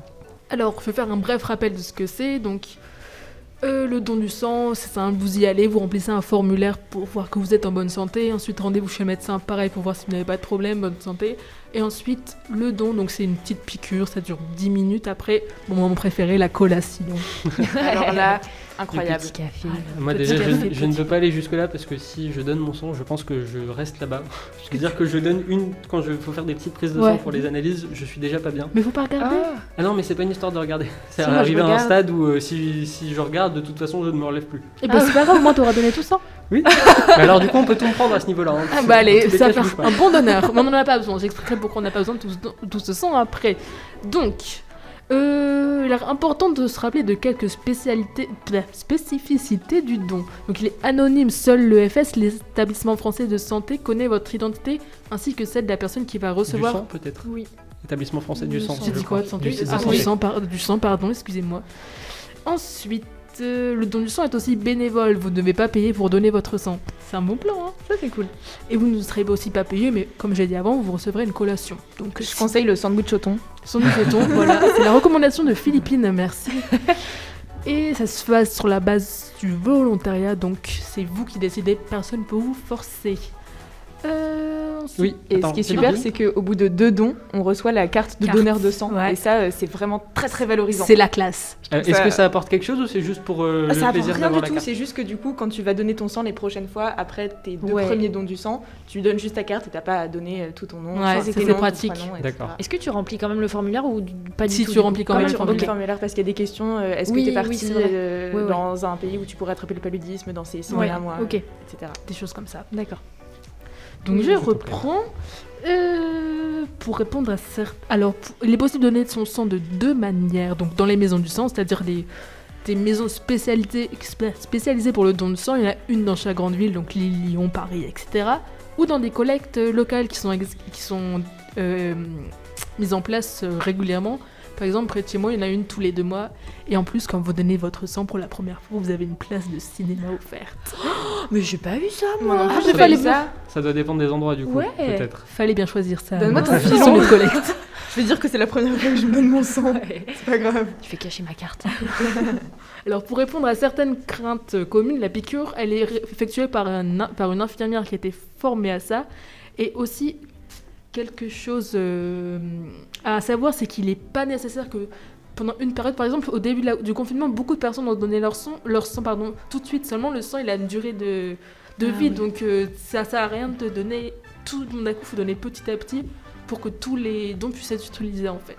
Alors, je vais faire un bref rappel de ce que c'est. Donc, euh, le don du sang, c'est simple, vous y allez, vous remplissez un formulaire pour voir que vous êtes en bonne santé. Ensuite, rendez-vous chez le médecin, pareil, pour voir si vous n'avez pas de problème, bonne santé. Et ensuite, le don, donc c'est une petite piqûre, ça dure 10 minutes. Après, mon moment préféré, la collation. Alors là, Incroyable. incroyable. Petit café. Moi Petit déjà, je, café, je ne petit. peux pas aller jusque-là parce que si je donne mon sang, je pense que je reste là-bas. *laughs* C'est-à-dire que je donne une quand je faut faire des petites prises de sang Ouais. pour les analyses, je suis déjà pas bien. Mais faut pas regarder Ah non, mais c'est pas une histoire de regarder. *laughs* C'est Si, moi, je arrivé à un regarde. stade où euh, si, si je regarde, de toute façon, je ne me relève plus. *laughs* Et ben, c'est pas grave, au moins t'auras donné tout ça. Mais alors du coup, on peut tout me prendre à ce niveau-là. hein. Ah bah allez, Tous les ça cas, je bouge fait pas. un *laughs* bon donneur. Mais on n'en a pas besoin. J'expliquerai pourquoi on n'a pas besoin de tout, ce- tout ce sang après. Donc, euh, il est important de se rappeler de quelques spécialités, pla- spécificités du don. Donc il est anonyme, seul l'EFS, l'établissement français de santé, connaît votre identité ainsi que celle de la personne qui va Du recevoir. sang peut-être. Oui. Établissement français du Du sang. sang. J'ai je dit crois. quoi de santé Du- Ah, de du, santé. sang, par- du sang, pardon, excusez-moi. Ensuite, euh, le don du sang est aussi bénévole. Vous ne devez pas payer pour donner votre sang. C'est un bon plan, hein ça c'est cool. Et vous ne serez aussi pas payé, mais comme j'ai dit avant, vous recevrez une collation. Donc, Je conseille le sandwich au thon. son jeton, voilà. C'est la recommandation de Philippine, merci. Et ça se passe sur la base du volontariat, donc c'est vous qui décidez, personne ne peut vous forcer. Euh, ensuite- Oui. Et attends, ce qui est c'est super, bien. c'est qu'au bout de deux dons, on reçoit la carte de Carte, donneur de sang. ouais. Et ça, euh, c'est vraiment très très valorisant. C'est la classe. Euh, Est-ce ça- que ça apporte quelque chose ou c'est juste pour euh, le Ah, ça apporte plaisir rien d'avoir du la tout, carte c'est juste que du coup, quand tu vas donner ton sang les prochaines fois, après tes deux Ouais. premiers dons du sang, tu donnes juste ta carte et t'as pas à donner euh, tout ton nom. Ouais, Enfin, ça, tes c'est noms, ton pratique. prénom, etc. D'accord. Est-ce que tu remplis quand même le formulaire ou du- pas du Si tout tu du coup remplis quand Quand même même, le tu remplis le formulaire. formulaire hein, parce qu'il y a des questions. euh, Est-ce Oui, que t'es oui, parti c'est vrai. euh, Ouais, ouais. dans un pays où tu pourrais attraper le paludisme dans ces six Ouais, derniers mois, Ok, euh, etc. Des choses comme ça. d'accord. Donc je Tout en reprends. Euh, pour répondre à certains... Alors, pour- il est possible de donner de son sang de deux manières. Donc dans les maisons du sang, c'est-à-dire les... des maisons spécialisées, spécialisées pour le don de sang. Il y en a une dans chaque grande ville, donc Lille, Lyon, Paris, etc. Ou dans des collectes euh, locales qui sont, ex- qui sont euh, mises en place euh, régulièrement. Par exemple, près de chez moi, il y en a une tous les deux mois. Et en plus, quand vous donnez votre sang pour la première fois, vous avez une place de cinéma offerte. Mais j'ai pas vu ça, Moi non moi. plus, Ah, j'ai mais pas fallait vu ça. Ça doit dépendre des endroits du coup, Ouais. peut-être. Fallait bien choisir ça. Donne-moi alors. ton Ce sang. sont les collectes. Je veux dire que c'est la première fois que je me donne mon sang. C'est pas grave. Je vais cacher ma carte. Alors pour répondre à certaines craintes euh, communes, la piqûre, elle est ré- effectuée par, un in- par une infirmière qui était formée à ça. Et aussi, quelque chose euh, à savoir, c'est qu'il n'est pas nécessaire que pendant une période, par exemple, au début de la- du confinement, beaucoup de personnes ont donné leur sang, leur sang pardon, tout de suite. Seulement, le sang, il a une durée de, de Ah vie. oui. Donc euh, ça sert à rien de donner tout d'un coup, il faut donner petit à petit pour que tous les dons puissent être utilisés en fait.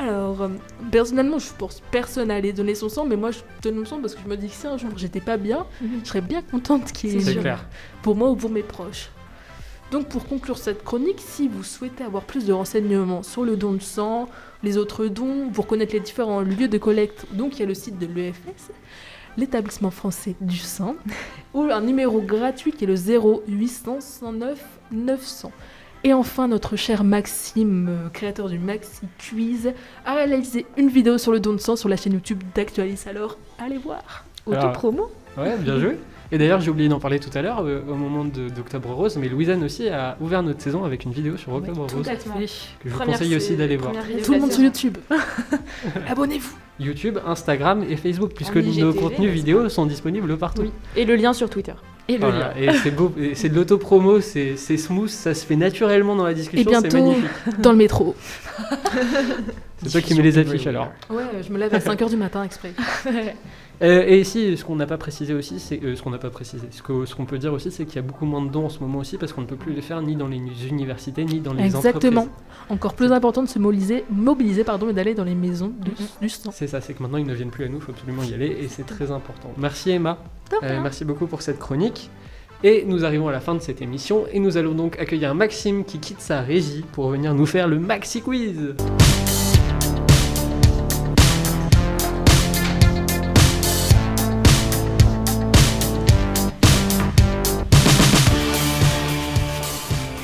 Alors, euh, personnellement, je pense personne à aller donner son sang, mais moi je donne mon sang parce que je me dis que si un jour j'étais pas bien, Mhm. je serais bien contente qu'il y ait C'est une- clair. pour moi ou pour mes proches. Donc pour conclure cette chronique, si vous souhaitez avoir plus de renseignements sur le don de sang, les autres dons, pour connaître les différents lieux de collecte, donc il y a le site de l'EFS, l'établissement français du sang, *laughs* ou un numéro gratuit qui est le 0800 109 900. Et enfin, notre cher Maxime, euh, créateur du Maxi Quiz, a réalisé une vidéo sur le don de sang sur la chaîne YouTube d'Actualis. Alors, allez voir. Auto-promo Ouais, bien joué. Et d'ailleurs, j'ai oublié d'en parler tout à l'heure euh, au moment de- d'Octobre Rose, mais Louisanne aussi a ouvert notre saison avec une vidéo sur Octobre Rose que je vous conseille aussi d'aller voir. Tout le monde sur YouTube. *laughs* Abonnez-vous. YouTube, Instagram et Facebook, puisque En IGTV, nos contenus n'est-ce vidéo sont disponibles partout. Oui. Et le lien sur Twitter. Et le Voilà, et c'est beau, et c'est de l'autopromo, c'est c'est smooth, ça se fait naturellement dans la discussion, c'est bientôt- magnifique. Dans le métro. C'est toi qui mets les affiches alors. Ouais, je me lève à 5h du matin exprès. Euh, et ici, ce qu'on n'a pas précisé aussi, c'est euh, ce qu'on n'a pas précisé, ce que- ce qu'on peut dire aussi, c'est qu'il y a beaucoup moins de dons en ce moment aussi parce qu'on ne peut plus les faire ni dans les universités ni dans les Exactement. entreprises. Encore plus important de se mobiliser, mobiliser pardon, et d'aller dans les maisons du, du sang. C'est ça, c'est que maintenant ils ne viennent plus à nous, il faut absolument y aller et c'est très important. Merci Emma, Euh, merci beaucoup pour cette chronique. Et nous arrivons à la fin de cette émission et nous allons donc accueillir Maxime qui quitte sa régie pour venir nous faire le Maxi Quiz.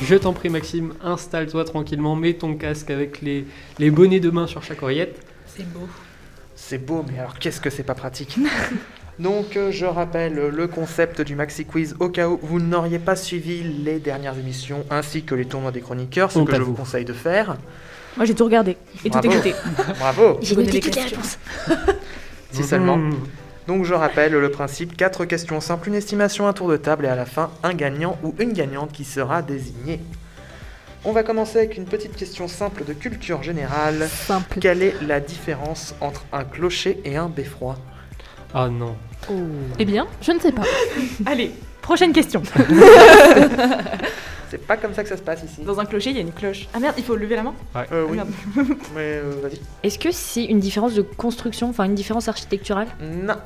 Je t'en prie Maxime, installe-toi tranquillement, mets ton casque avec les, les bonnets de main sur chaque oreillette. C'est beau. C'est beau, mais alors qu'est-ce que c'est pas pratique *laughs* Donc, euh, je rappelle euh, le concept du Maxi Quiz au cas où vous n'auriez pas suivi les dernières émissions ainsi que les tournois des chroniqueurs, ce Oh, que pas je vous. vous conseille de faire. Moi, j'ai tout regardé et tout Bravo. écouté. *laughs* Bravo J'ai connais noté les toutes les questions. réponses. *laughs* Si seulement. Mhm. Donc, je rappelle le principe quatre questions simples, une estimation, un tour de table et à la fin, un gagnant ou une gagnante qui sera désigné. On va commencer avec une petite question simple de culture générale. Simple. Quelle est la différence entre un clocher et un beffroi Ah non. Eh bien, je ne sais pas. Allez, prochaine question. C'est pas comme ça que ça se passe ici. Dans un clocher, il y a une cloche. Ah merde, il faut lever la main Euh, Ah oui, merde. mais euh, vas-y. Est-ce que c'est une différence de construction, enfin une différence architecturale Non. Bah,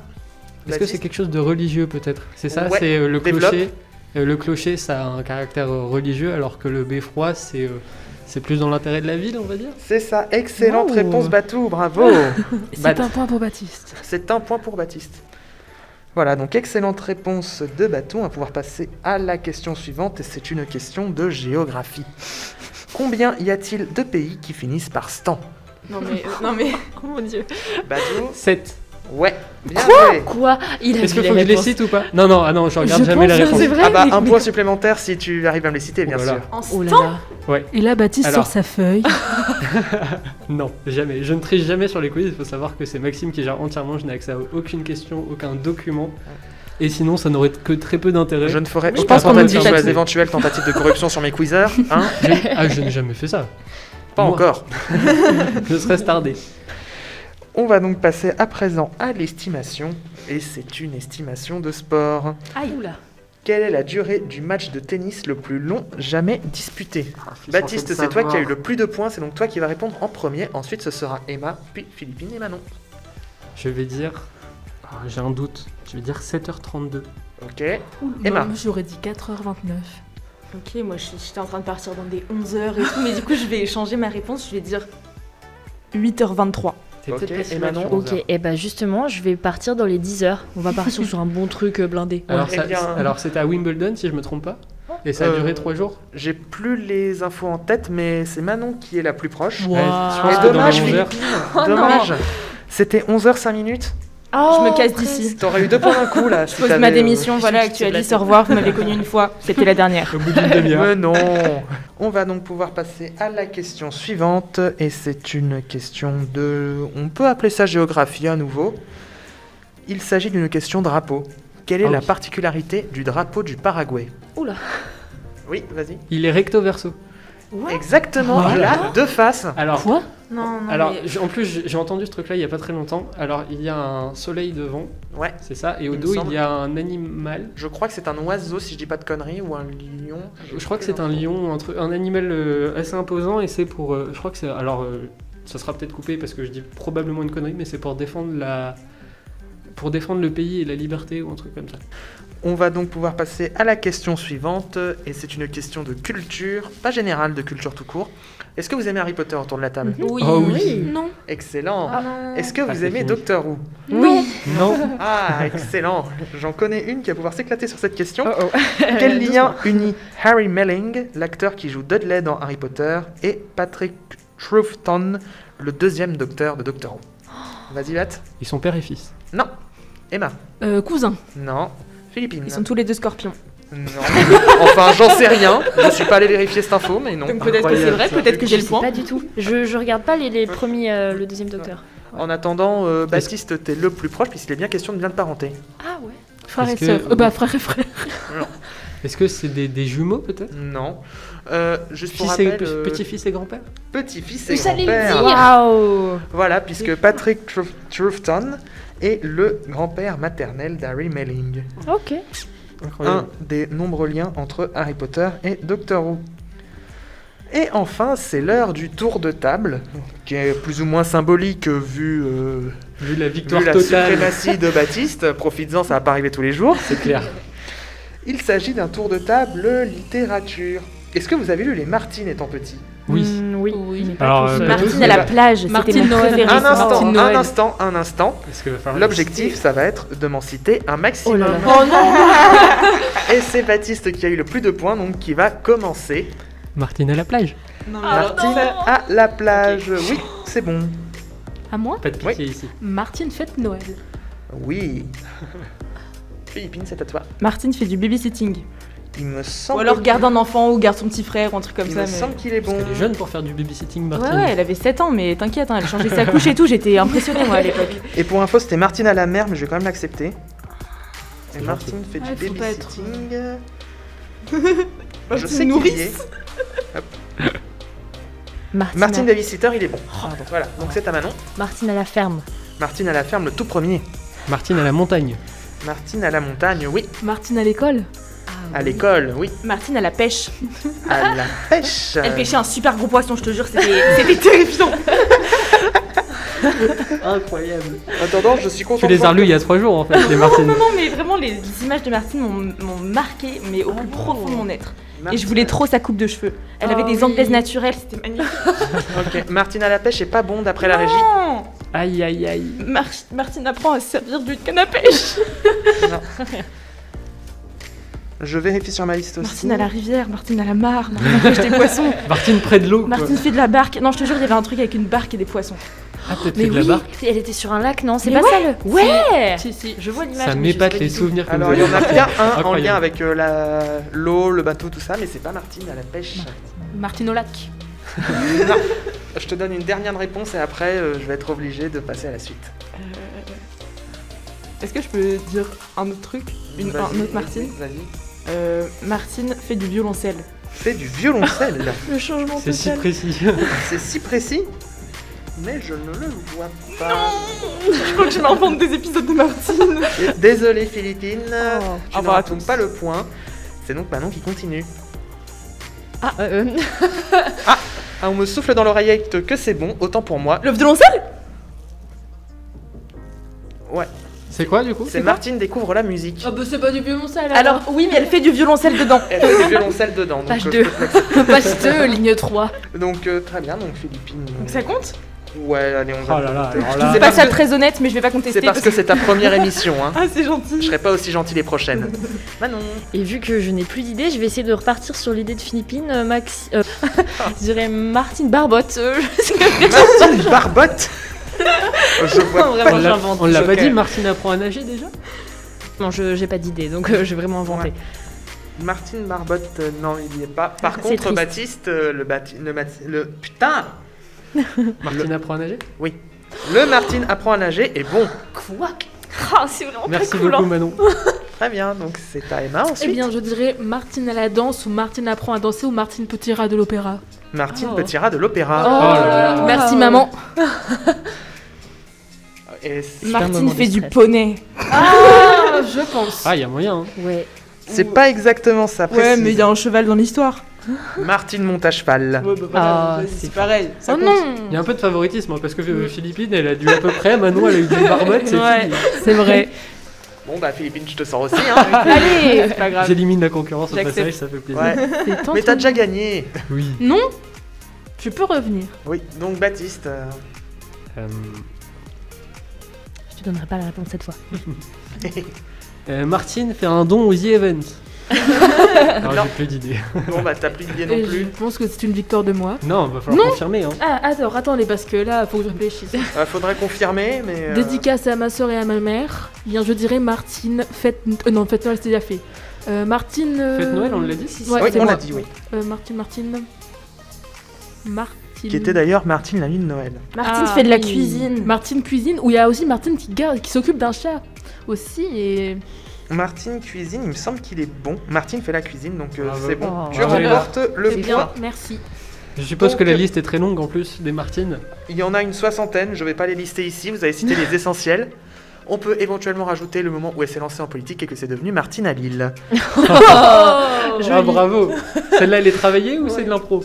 Est-ce que c'est quelque chose de religieux peut-être C'est ça Ouais. C'est euh, le Développe. clocher Euh, Le clocher, ça a un caractère euh, religieux, alors que le beffroi, c'est euh, c'est plus dans l'intérêt de la ville, on va dire. C'est ça, excellente Wow. réponse Batou, bravo Bat- C'est un point pour Baptiste. C'est un point pour Baptiste. Voilà, donc excellente réponse de Batou, on va pouvoir passer à la question suivante, et c'est une question de géographie. Combien y a-t-il de pays qui finissent par stan Non mais, euh, non mais, *laughs* oh mon dieu. Batou 7. Ouais, bien joué. Quoi Il a Est-ce qu'il vu les faut que je les réponses. cite ou pas Non, non, ah non, je regarde jamais les réponses. C'est vrai. Ah bah, mais- un mais- point supplémentaire si tu arrives à me les citer, bien Oh là là. sûr. En Oh là stand- là. Et là, Baptiste Alors. sort sa feuille. Non, jamais. Je ne triche jamais sur les quiz. Il faut savoir que c'est Maxime qui gère entièrement. Je n'ai accès à aucune question, aucun document. Et sinon, ça n'aurait que très peu d'intérêt. Je ne ferai Oui, aucune parce qu'on nous dit tentative sur pas les tout. éventuelles tentatives de corruption sur mes quizers, hein Je- Ah, je n'ai jamais fait ça. Pas Moi, encore. Je serais tardé. On va donc passer à présent à l'estimation, et c'est une estimation de sport. Ah, Aïe. Oula. Quelle est la durée du match de tennis le plus long jamais disputé Baptiste, c'est toi qui as eu le plus de points, c'est donc toi qui vas répondre en premier. Ensuite, ce sera Emma, puis Philippine et Manon. Je vais dire. Ah, J'ai un doute. Je vais dire 7h32. Ok. Emma. Moi, J'aurais dit 4h29. Ok, moi je- j'étais en train de partir dans des 11 heures et tout, mais du coup je vais changer ma réponse, je vais dire 8h23. C'est Ok, peut-être pas si et mal Manon sur Ok, 11h. et bah justement, je vais partir dans les 10 heures. On va partir sur un bon truc euh, blindé. Alors, Eh ça- bien- alors, c'était à Wimbledon, si je me trompe pas. Et ça a Euh, duré 3 jours. J'ai plus les infos en tête, mais c'est Manon qui est la plus proche. Wow. Ouais, je pense Et que dans dommage, les 11 heures- Philippine. *laughs* Oh dommage. C'était 11h05 minutes. je me casse d'ici. T'aurais eu deux points d'un coup là. si Je pose t'avais, ma euh, démission, voilà, si tu t'es Actualis, placée. au revoir, vous m'avez connu une fois, c'était la dernière. Au bout d'une demi-heure. Mais non *laughs* On va donc pouvoir passer à la question suivante, et c'est une question de... On peut appeler ça géographie à nouveau. Il s'agit d'une question drapeau. Quelle est Ah la oui. particularité du drapeau du Paraguay Oula. Oui, vas-y. Il est recto verso. Exactement, Voilà. il a deux faces. Alors, Quoi Non, non, alors mais... j'ai- en plus, j'ai j'ai entendu ce truc-là il y a pas très longtemps. Alors, il y a un soleil devant, Ouais, c'est ça, et au Il me dos, il semble. y a un animal. je crois que c'est un oiseau, si je dis pas de conneries, ou un lion. Je crois que c'est un lion, un, truc- un animal euh, assez imposant, et c'est pour. euh, je crois que c'est. Alors, euh, ça sera peut-être coupé parce que je dis probablement une connerie, mais c'est pour défendre la. Pour défendre le pays et la liberté ou un truc comme ça. On va donc pouvoir passer à la question suivante, et c'est une question de culture, pas générale, de culture tout court. Est-ce que vous aimez Harry Potter autour de la table Oui. Oh oui. Non. Excellent. non. Est-ce que Ah, vous c'est aimez fini. Doctor Who Oui. Non Ah, excellent. J'en connais une qui va pouvoir s'éclater sur cette question. Oh, oh. *laughs* *laughs* Quel lien unit Harry Melling, l'acteur qui joue Dudley dans Harry Potter, et Patrick Troughton, le deuxième docteur de *gasps* Doctor Who Vas-y, Bat. Ils sont père et fils. Non. Emma. Euh, cousin. Non. Philippine. Ils sont tous les deux scorpions. Non. *laughs* Enfin, j'en sais rien. Je suis pas allé vérifier cette info, mais non. Donc peut-être que c'est Incroyable, vrai, ça. peut-être que j'ai Je le sais point. Pas du tout. Je, je regarde pas les, les premiers, euh, le deuxième docteur. En attendant, euh, Baptiste, t'es le plus proche, puisqu'il est bien question de bien de parenté. Ah ouais. Frère Est-ce et que- sœur. Euh, bah, frère et frère. Est-ce que c'est des, des jumeaux peut-être Non. Euh, juste pour Fils et- rappel, euh, Petit-fils et grand-père petit-fils et Vous allez le grand-père. dire. Waouh Voilà, puisque Patrick Truf- Troughton est le grand-père maternel d'Harry Melling. Ok. Un des nombreux liens entre Harry Potter et Doctor Who. Et enfin, c'est l'heure du tour de table, qui est plus ou moins symbolique euh, vu, euh, Vu la victoire vu la totale, suprématie de Baptiste. Profites-en, ça va pas arriver tous les jours. c'est clair. Il s'agit d'un tour de table littérature. Est-ce que vous avez lu Les Martines étant petit Oui. Mm, oui. Oui. Alors, euh, Martine à la plage, c'était Martine mon Noël. préféré. Un ça. instant, Martine un Noël. instant, un instant. est-ce que va falloir- L'objectif, ça va être de m'en citer un Oh maximum. Oh là là. *laughs* Et c'est Baptiste qui a eu le plus de points, donc qui va commencer. Martine à la plage. Non, Ah, mais- Martine à la plage. Oui, c'est bon. À moi, Pas de pitié ici. Martine fête Noël. *laughs* Oui. Philippine, c'est à toi. Martine fait du babysitting. Il me Ou semble, alors garde un enfant ou garde son petit frère ou un truc comme il ça. me mais- semble qu'il est bon. Parce qu'elle est jeune pour faire du babysitting, Ouais, Martine. ouais, elle avait 7 ans, mais t'inquiète, hein, elle changeait sa couche et tout, j'étais impressionnée moi à l'époque. Et pour info, c'était Martine à la mer, mais je vais quand même l'accepter. Et Martine fait Ouais, du faut pas être- babysitting. je Martine sais qu'il y nourrice. est. Martine, Martine à... Babysitter, il est bon. voilà, donc c'est à Manon. Martine à la ferme. Martine à la ferme, le tout premier. Martine à la montagne. Martine à la montagne, oui. Martine à l'école. À l'école, oui. Martine à la pêche. À la pêche. Elle pêchait un super gros poisson, je te jure, c'était c'était terrifiant. Incroyable. En attendant, je suis content. Tu les as relus il y a trois jours en fait, les Martines. Non, non, mais vraiment, les, les images de Martine m'ont m'ont marquée, mais au plus profond de mon être. hein. Et je voulais trop sa coupe de cheveux. Elle Ah avait des oui. anglaises naturelles, c'était magnifique. Ok, Martine à la pêche est pas bon d'après la régie. Aïe aïe aïe. Mar- Martine apprend à se servir d'une canne à pêche. Je vérifie sur ma liste aussi. Martine à la rivière, Martine à la mare, Martine pêche des *laughs* poissons, Martine près de l'eau. quoi. Martine fait de la barque. Non, je te jure, il y avait un truc avec une barque et des poissons. Ah, peut-être Mais fait de la oui, barque. elle était sur un lac, non C'est Mais pas ça le Ouais Si, si, je vois l'image. Ça mais je m'épate sais pas les du tout. souvenirs que vous Alors, il y en a avez. bien un en Incroyable. lien avec euh, la- l'eau, le bateau, tout ça, mais c'est pas Martine à la pêche. Martine au lac. *laughs* Non. Je te donne une dernière réponse et après, euh, je vais être obligé de passer à la suite. Est-ce que je peux dire un autre truc Une, Vas-y, un autre Martine Vas-y. Euh, Martine fait du violoncelle. Fais du violoncelle. Le changement *laughs* C'est si précis. *laughs* c'est si précis, mais je ne le vois pas. Je crois que je m'invente des épisodes de Martine. Et Désolé Philippine, Oh. au tu ne revoir à retournes tous. pas le point. C'est donc Manon qui continue. Ah, euh, euh, Ah, on me souffle dans l'oreillette que c'est bon, autant pour moi. Le violoncelle C'est quoi du coup C'est Martine découvre la musique. bah c'est pas du violoncelle Alors oui, mais elle fait du violoncelle dedans. Elle fait du violoncelle dedans. Donc, Page euh, 2. Page 2, ligne 3. donc euh, très bien, donc Philippine. euh, Donc ça compte Ouais, allez, on Oh va. là là, alors C'est là. C'est pas parce ça que- très honnête, mais je vais pas contester. C'est parce que c'est ta première émission, hein. *laughs* Ah, c'est Je gentil. serai pas aussi gentil *laughs* les prochaines. Manon. Et vu que je n'ai plus d'idée, je vais essayer de repartir sur l'idée de Philippine, euh, Max. euh, je dirais Martine Barbotte. euh, je sais pas. Martine *laughs* Barbotte Je vois On l'a- pas. on l'a pas Ok. dit, Martine apprend à nager déjà non, je j'ai pas d'idée, donc euh, je vais vraiment inventer. Martine Barbotte, euh, non, il n'y est pas. Par C'est contre, triste. Baptiste, euh, le, bati- le, bati- le. Putain Martine apprend à nager Le Martine apprend à nager et bon. Quoi Ah, c'est vraiment Merci pas cool. beaucoup hein. Manon. Très bien, donc c'est à Emma Eh ensuite. bien, je dirais Martine à la danse ou Martine apprend à danser ou Martine petit rat de l'opéra. Martine Oh. Petit Rat de l'opéra. Oh là là. Merci maman. Oh. Et c'est- Martine moment fait de du *laughs* stress. poney. je pense. Ah, il y a moyen. hein. Ouais. c'est pas exactement ça. Ouais, précise. mais il y a un cheval dans l'histoire. Martine monte à cheval. *laughs* Ouais, bah Ah, vas-y, c'est pareil. ça Oh compte. Il non y a un peu de favoritisme hein, parce que euh, Philippine, elle a dû à peu près. Manon, elle a eu des barbottes. c'est Ouais. fini. C'est vrai. Bon bah Philippine, je te sors *laughs* aussi. Hein. Allez, c'est pas grave. J'élimine la concurrence au J'accepte. passage, ça fait plaisir. Ouais. Mais t'as *laughs* déjà gagné. Oui. Je peux revenir. Oui. Donc Baptiste, euh, Euh, Je te donnerai pas la réponse cette fois. *laughs* euh, Martine fait un don aux The Event. *laughs* Alors, Non. j'ai plus d'idées. bon bah t'as plus de bien Et non je plus. pense que c'est une victoire de moi. Non, va falloir confirmer. Hein. Ah, attends, attendez, parce que là, faut que je réfléchisse. Euh, faudrait confirmer, mais. euh, Dédicace à ma soeur et à ma mère. Bien, je dirais Martine, fête. euh, non, fête Noël, c'est déjà fait. Euh, Martine. euh, Fête Noël, on l'a dit Ouais, oui, c'est on moi. l'a dit, oui. Euh, Martine, Martine. Martine. Qui était d'ailleurs Martine la nuit de Noël. Martine Ah, fait de la oui. cuisine. Martine cuisine, où il y a aussi Martine qui, garde- qui s'occupe d'un chat aussi. Et Euh, Martine cuisine, il me semble qu'il est bon. Martine fait la cuisine, donc euh, Ah, bah, c'est bon. oh, tu ouais. remportes le c'est point. bien, merci. Je suppose Donc, que la euh, liste est très longue en plus des Martines. Il y en a une soixantaine, je vais pas les lister ici, vous avez *laughs* cité les essentiels. On peut éventuellement rajouter le moment où elle s'est lancée en politique et que c'est devenu Martine à Lille. Oh, Ah bravo Celle-là, elle est travaillée ou c'est de l'impro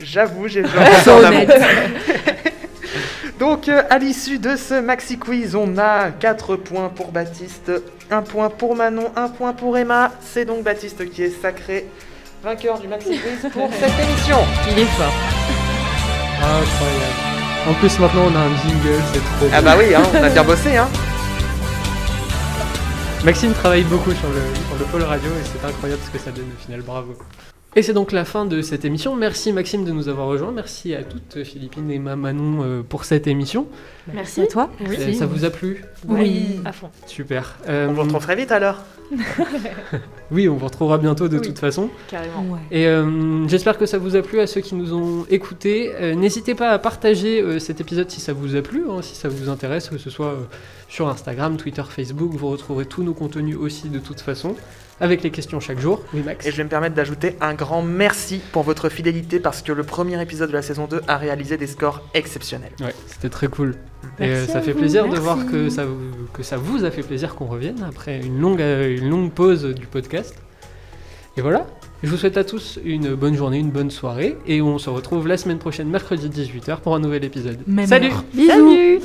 J'avoue, j'ai besoin de ça en amont. *laughs* Donc, euh, à l'issue de ce maxi quiz, on a 4 points pour Baptiste, 1 point pour Manon, 1 point pour Emma. C'est donc Baptiste qui est sacré vainqueur du maxi quiz pour cette émission. Il est fort. Incroyable. En plus, maintenant, on a un jingle, c'est trop bien. Ah bah oui, hein, on a bien bossé. Hein. Maxime travaille beaucoup sur le, sur le pôle radio et c'est incroyable ce que ça donne au final, bravo. Et c'est donc la fin de cette émission. Merci Maxime de nous avoir rejoints. Merci à toutes Philippine et ma Manon euh, pour cette émission. Merci. à toi. Oui. Euh, Ça vous a plu Oui. À fond. Super. Euh, On vous retrouve très vite alors. oui, on vous retrouvera bientôt de Oui. toute façon. Carrément. Ouais. Et euh, j'espère que ça vous a plu à ceux qui nous ont écoutés. Euh, N'hésitez pas à partager euh, cet épisode si ça vous a plu, hein, si ça vous intéresse, que ce soit euh, sur Instagram, Twitter, Facebook. Vous retrouverez tous nos contenus aussi de toute façon, avec les questions chaque jour. Oui, Max. Et je vais me permettre d'ajouter un grand merci pour votre fidélité parce que le premier épisode de la saison 2 a réalisé des scores exceptionnels. Ouais, c'était très cool. Et Merci euh, ça à fait vous, plaisir de merci. voir que ça, vous, que ça vous a fait plaisir qu'on revienne après une longue, euh, une longue pause du podcast. Et voilà. Je vous souhaite à tous une bonne journée, une bonne soirée. Et on se retrouve la semaine prochaine, mercredi 18h, pour un nouvel épisode. Même Salut heure. Salut